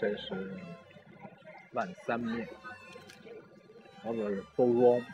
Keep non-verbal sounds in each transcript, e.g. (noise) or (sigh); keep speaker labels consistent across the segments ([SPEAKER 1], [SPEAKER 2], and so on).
[SPEAKER 1] 这是万三面，它的包装，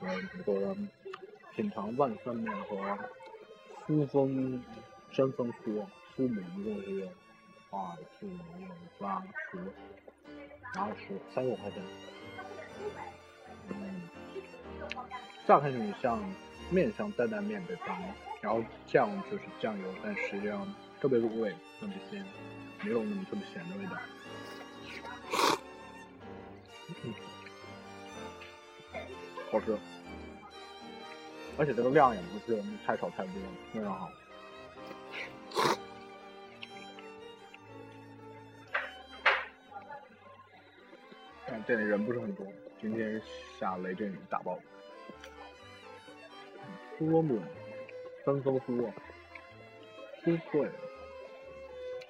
[SPEAKER 1] 嗯，就是品尝万三面和苏风山风酥，苏母一共是二四六八十，然后十三十五块钱。嗯，乍看你像面像担担面北方，然后酱就是酱油，但实际上特别入味，特别鲜。没有那么特别咸的味道。嗯，好吃，而且这个量也不是太少太多，非常好。但这里人不是很多，今天下雷阵雨嗯打包。苏泊姆，三峰酥，酥脆。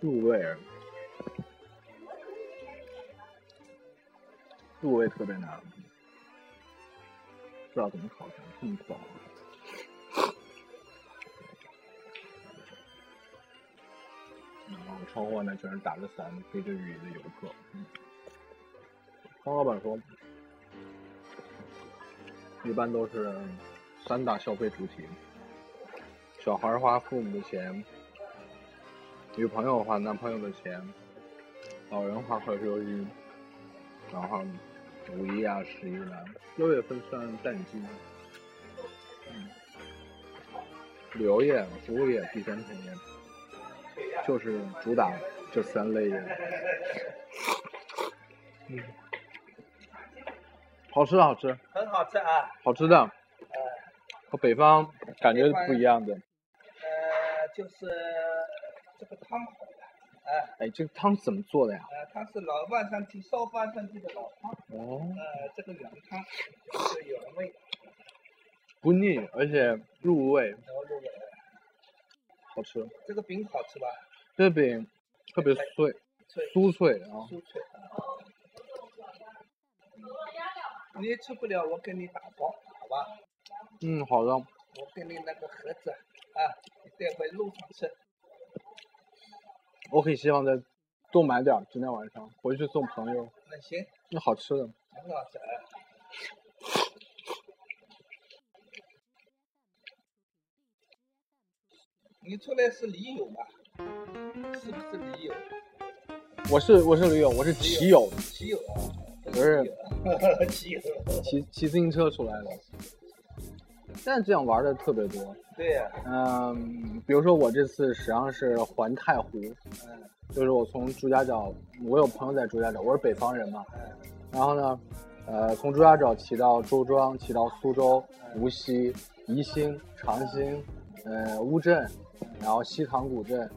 [SPEAKER 1] 入味，入味特别难，不知道怎么烤成这么薄。然后窗户呢全是打着伞追着雨的游客。嗯方老板说，一般都是三大消费主体：小孩花父母的钱。女朋友花男朋友的钱，老人花退休金，然后五一啊、十一啊，六月份算淡季。嗯，旅游业、服务业、地产产业，就是主打这三类人。嗯，好吃，好吃，
[SPEAKER 2] 很好吃啊，
[SPEAKER 1] 好吃的，和北方感觉不一样的。
[SPEAKER 2] 呃，就是这个汤好了，哎、
[SPEAKER 1] 哎，这个汤是怎么做的呀？
[SPEAKER 2] 呃，它是老万山鸡烧万山鸡的老汤，
[SPEAKER 1] 哦，
[SPEAKER 2] 呃，这个原汤是原味，
[SPEAKER 1] 不腻，而且入味，
[SPEAKER 2] 然后入味。
[SPEAKER 1] 好吃。
[SPEAKER 2] 这个饼好吃吧？
[SPEAKER 1] 这饼特别脆，
[SPEAKER 2] 脆
[SPEAKER 1] 酥脆啊，
[SPEAKER 2] 酥脆啊。你吃不了，我给你打包，好吧？
[SPEAKER 1] 嗯，好的，
[SPEAKER 2] 我给你那个盒子啊，你带回路上吃。
[SPEAKER 1] 我可以希望再多买点儿，今天晚上回去送朋友。
[SPEAKER 2] 那行，
[SPEAKER 1] 那好吃的，
[SPEAKER 2] 很好吃啊。你出来是驴友吧？是不是驴友？
[SPEAKER 1] 我是我是驴友，我是骑友，
[SPEAKER 2] 骑友啊，不
[SPEAKER 1] 不是
[SPEAKER 2] 是驴友骑友。
[SPEAKER 1] 骑骑自行车出来的。现在这样玩的特别多，
[SPEAKER 2] 对呀、
[SPEAKER 1] 嗯，比如说我这次实际上是环太湖，哎
[SPEAKER 2] 嗯
[SPEAKER 1] 就是我从朱家角，我有朋友在朱家角，我是北方人嘛，
[SPEAKER 2] 嗯
[SPEAKER 1] 然后呢，呃，从朱家角骑到周庄，骑到苏州、
[SPEAKER 2] 哎
[SPEAKER 1] 无锡、宜兴、长兴，呃，乌镇，然后西塘古镇，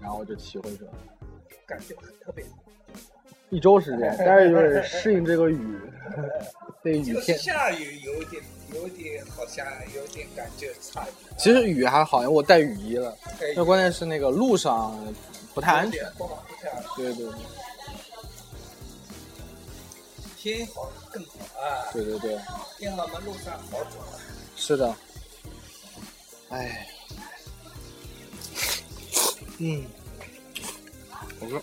[SPEAKER 1] 然后就骑回去了。
[SPEAKER 2] 感觉很特别。
[SPEAKER 1] 一周时间，但是就是适应这个雨， (laughs) 这雨
[SPEAKER 2] 就是
[SPEAKER 1] 天。
[SPEAKER 2] 下雨有一点，有一点好像有点感觉差一点，
[SPEAKER 1] 其实雨还好，因为我带雨衣了。
[SPEAKER 2] 哎
[SPEAKER 1] 那关键是那个路上不太安全。
[SPEAKER 2] 有点不好，不太安全。
[SPEAKER 1] 对对对
[SPEAKER 2] 天好更好啊，
[SPEAKER 1] 对对对，
[SPEAKER 2] 天好嘛，路上好走啊。
[SPEAKER 1] 是的。哎，嗯，好吃。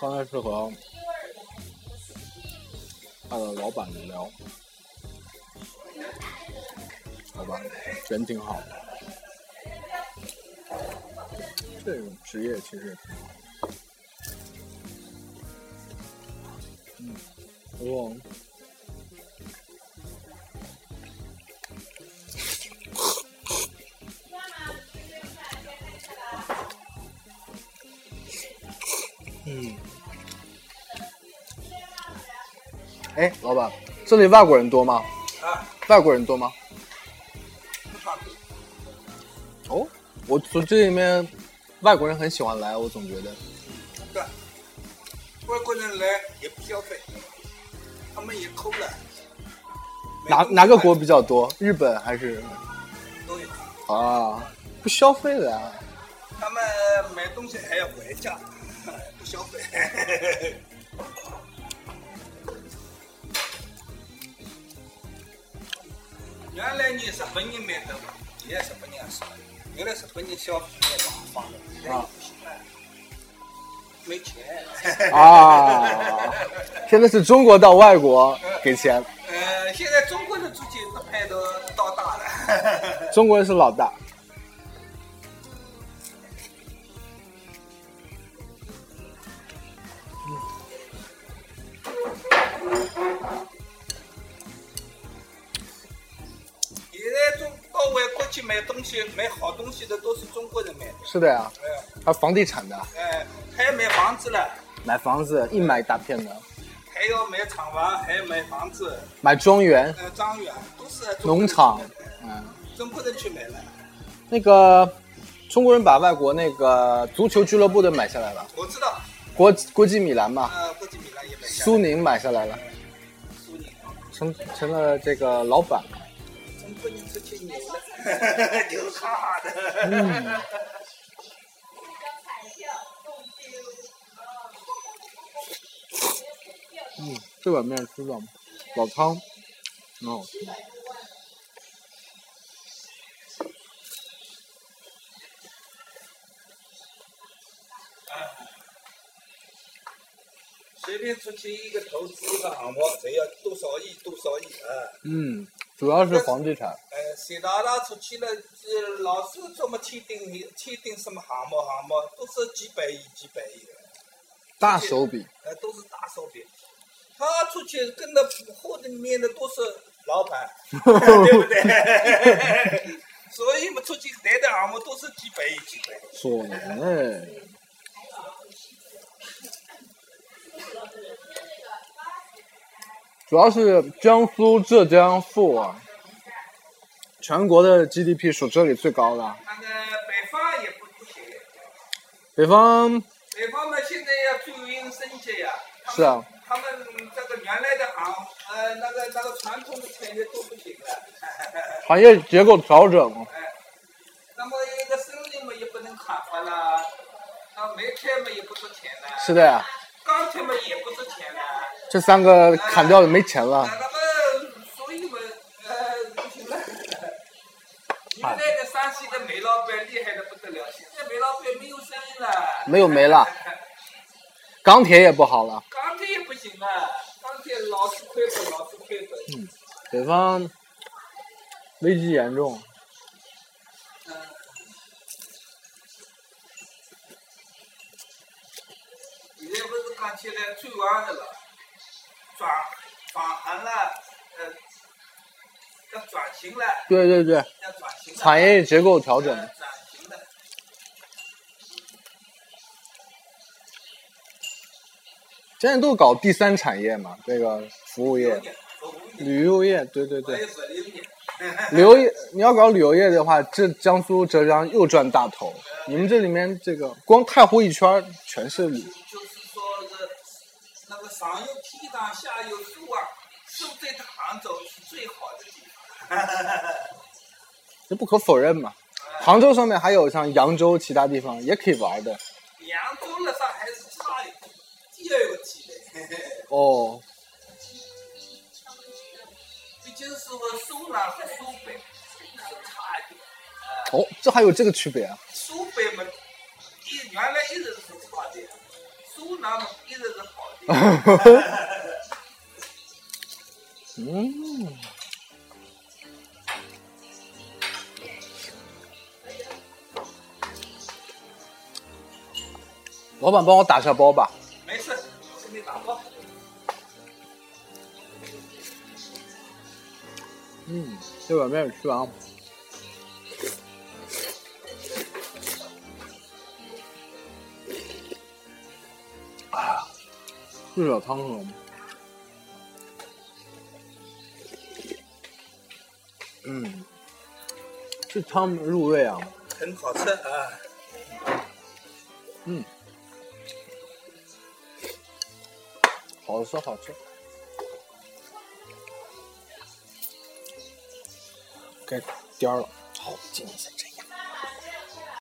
[SPEAKER 1] 刚才是和他的老板聊，好吧，人挺好的。这种职业其实也挺好的。嗯，不过嗯，哎，老板，这里外国人多吗？
[SPEAKER 2] 啊，
[SPEAKER 1] 外国人多吗？
[SPEAKER 2] 不差不多
[SPEAKER 1] 哦，我从这里面外国人很喜欢来，我总觉得
[SPEAKER 2] 对，外国人来也不消费，他们也抠了。
[SPEAKER 1] 哪哪个国比较多？日本还是
[SPEAKER 2] 都有，
[SPEAKER 1] 啊？不消费的啊？
[SPEAKER 2] (laughs) 他们买东西还要回价，不消费。 (laughs) 原来你是本地买的吧？也是本地是，原来是本地消费买的，现在有钱，没钱。 (laughs)
[SPEAKER 1] 啊！现在是中国到外国给钱，
[SPEAKER 2] 呃，现在中国的足球那派都到大了，
[SPEAKER 1] 中国人是老大。
[SPEAKER 2] 现在中到外国去买东西，买好东西的都是中国人买的，
[SPEAKER 1] 是的呀，
[SPEAKER 2] 哎、
[SPEAKER 1] 还房地产的，
[SPEAKER 2] 哎，还买房子了，
[SPEAKER 1] 买房子一买大片的，
[SPEAKER 2] 还要买厂房，还要买房子，
[SPEAKER 1] 买庄园、
[SPEAKER 2] 呃，庄园都是中国人
[SPEAKER 1] 农场
[SPEAKER 2] 去买的，
[SPEAKER 1] 嗯，
[SPEAKER 2] 中国人去买了，
[SPEAKER 1] 那个中国人把外国那个足球俱乐部都买下来了，
[SPEAKER 2] 我知道，
[SPEAKER 1] 国国际米兰嘛，
[SPEAKER 2] 呃，国际米兰也买下来
[SPEAKER 1] 苏宁买下来了，
[SPEAKER 2] 了，苏宁，
[SPEAKER 1] 成成了这个老板。
[SPEAKER 2] 中国人出去牛 (laughs) 了，牛哈哈的，
[SPEAKER 1] 嗯，这碗面吃的老汤，蛮好吃的。
[SPEAKER 2] 随便出去一个投资一个项目，只要多少亿多少亿啊。
[SPEAKER 1] 嗯，主要是房地产。
[SPEAKER 2] 呃，谁拉拉出去了，这老是这么天定天定什么项目项目，都是几百亿几百亿的，
[SPEAKER 1] 大手笔，
[SPEAKER 2] 呃，都是大手笔。他出去跟着后面的都是老
[SPEAKER 1] (laughs)
[SPEAKER 2] 板，对不 (laughs) 对？所以嘛，出去谈的项目都是几百亿几百亿。
[SPEAKER 1] 说哎，主要是江苏、浙江、富啊，全国的 GDP 属这里最高的。
[SPEAKER 2] 那个北方也不行，
[SPEAKER 1] 北方
[SPEAKER 2] 北方嘛现在要转型升级呀、他们
[SPEAKER 1] 是啊，
[SPEAKER 2] 他们这个原来的行，呃，那个那个传统的产业都不行了。
[SPEAKER 1] 行业结构调整，
[SPEAKER 2] 哎，那么一个生意嘛也不能砍伐啦，那煤炭嘛也不值钱啦，
[SPEAKER 1] 是的呀，
[SPEAKER 2] 钢铁嘛也不值钱啦，
[SPEAKER 1] 这三个砍掉没钱了
[SPEAKER 2] 那。么所以嘛，呃， (laughs) 不行了。原来的山西的煤老板厉害的不得了，现在煤老板没有生意了，
[SPEAKER 1] 没有煤了，钢铁也不好了。
[SPEAKER 2] (laughs) 钢铁也不行了，钢铁老是亏本，老是亏本。
[SPEAKER 1] 嗯北方危机严重，
[SPEAKER 2] 嗯，现在不是讲起来转行的了，转转行了，呃，要转型了，
[SPEAKER 1] 对对对，
[SPEAKER 2] 要转型了。
[SPEAKER 1] 产业结构调整，
[SPEAKER 2] 呃转型了。
[SPEAKER 1] 现在都搞第三产业嘛，这个服务
[SPEAKER 2] 六
[SPEAKER 1] 业、
[SPEAKER 2] 年，我五年，
[SPEAKER 1] 旅游业，对对
[SPEAKER 2] 我也
[SPEAKER 1] 对，
[SPEAKER 2] 是六年。
[SPEAKER 1] 旅游业你要搞旅游业的话，这江苏、浙江又赚大头。你们这里面这个光太湖一圈儿全是旅，
[SPEAKER 2] 就是说是那个上有天堂，下有苏杭，苏对的杭州是最好的地方。
[SPEAKER 1] 这不可否认嘛。杭州上面还有像扬州其他地方也可以玩的
[SPEAKER 2] 扬州了上还是差一点，第二个梯队。
[SPEAKER 1] 哦。
[SPEAKER 2] 毕竟是我苏南和苏北是差一点，
[SPEAKER 1] 哦，这还有这个区别啊？
[SPEAKER 2] 苏北嘛，一原来一直是差的，苏南嘛一直是好的。
[SPEAKER 1] 嗯，老板帮我打下包吧。
[SPEAKER 2] 没事，我给你打包。
[SPEAKER 1] 嗯，这碗面吃完了。啊，这小汤喝吗？嗯，这汤入味啊。
[SPEAKER 2] 很好吃啊！
[SPEAKER 1] 好吃好吃。该颠儿了，好，今天先这样。